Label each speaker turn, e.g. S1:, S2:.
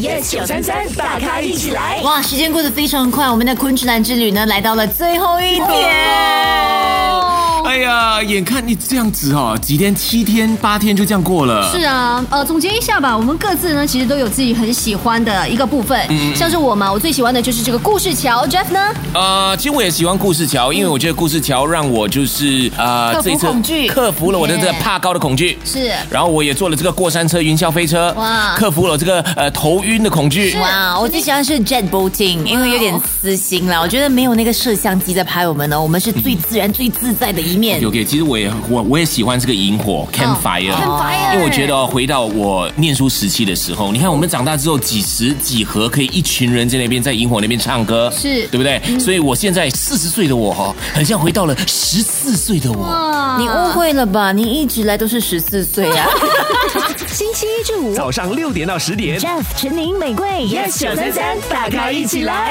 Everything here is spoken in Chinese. S1: yes 九三三，大咖一起来。
S2: 哇，时间过得非常快，我们的昆池兰之旅呢，来到了最后一天。
S3: 哎呀，眼看你这样子哦，几天七天八天就这样过了。
S4: 是啊，呃，总结一下吧，我们各自呢其实都有自己很喜欢的一个部分，像是我嘛，我最喜欢的就是这个故事桥，Jeff 呢，
S5: 呃，其实我也喜欢故事桥，因为我觉得故事桥让我就是呃，
S2: 克服
S5: 这一次
S2: 恐惧
S5: 克服了我的这个
S2: Yeah
S5: 怕高的恐惧。
S4: 是
S5: 然后我也坐了这个过山车、云霄飞车，
S4: 哇
S5: 克服了这个呃头晕的恐惧。
S2: 哇，我最喜欢是 jet boating，因为有点私心啦。我觉得没有那个摄像机在拍我们呢，我们是最自然、最自在的一面。
S5: 有给，其实我也我我也喜欢这个萤火 campfire，、
S4: campfire
S5: 因为我觉得哦回到我念书时期的时候，你看我们长大之后几十几何可以一群人在那边在萤火那边唱歌，
S4: 是
S5: 对不对？所以我现在四十岁的我哦，很像回到了十四岁的我。
S4: 啊
S2: 你误会了吧？你一直来都是十四岁啊。
S1: 星期一至五
S6: 早上六点到十点。
S1: ，Jeff、陈宁、玫瑰，yes 九三三，大咖一起来。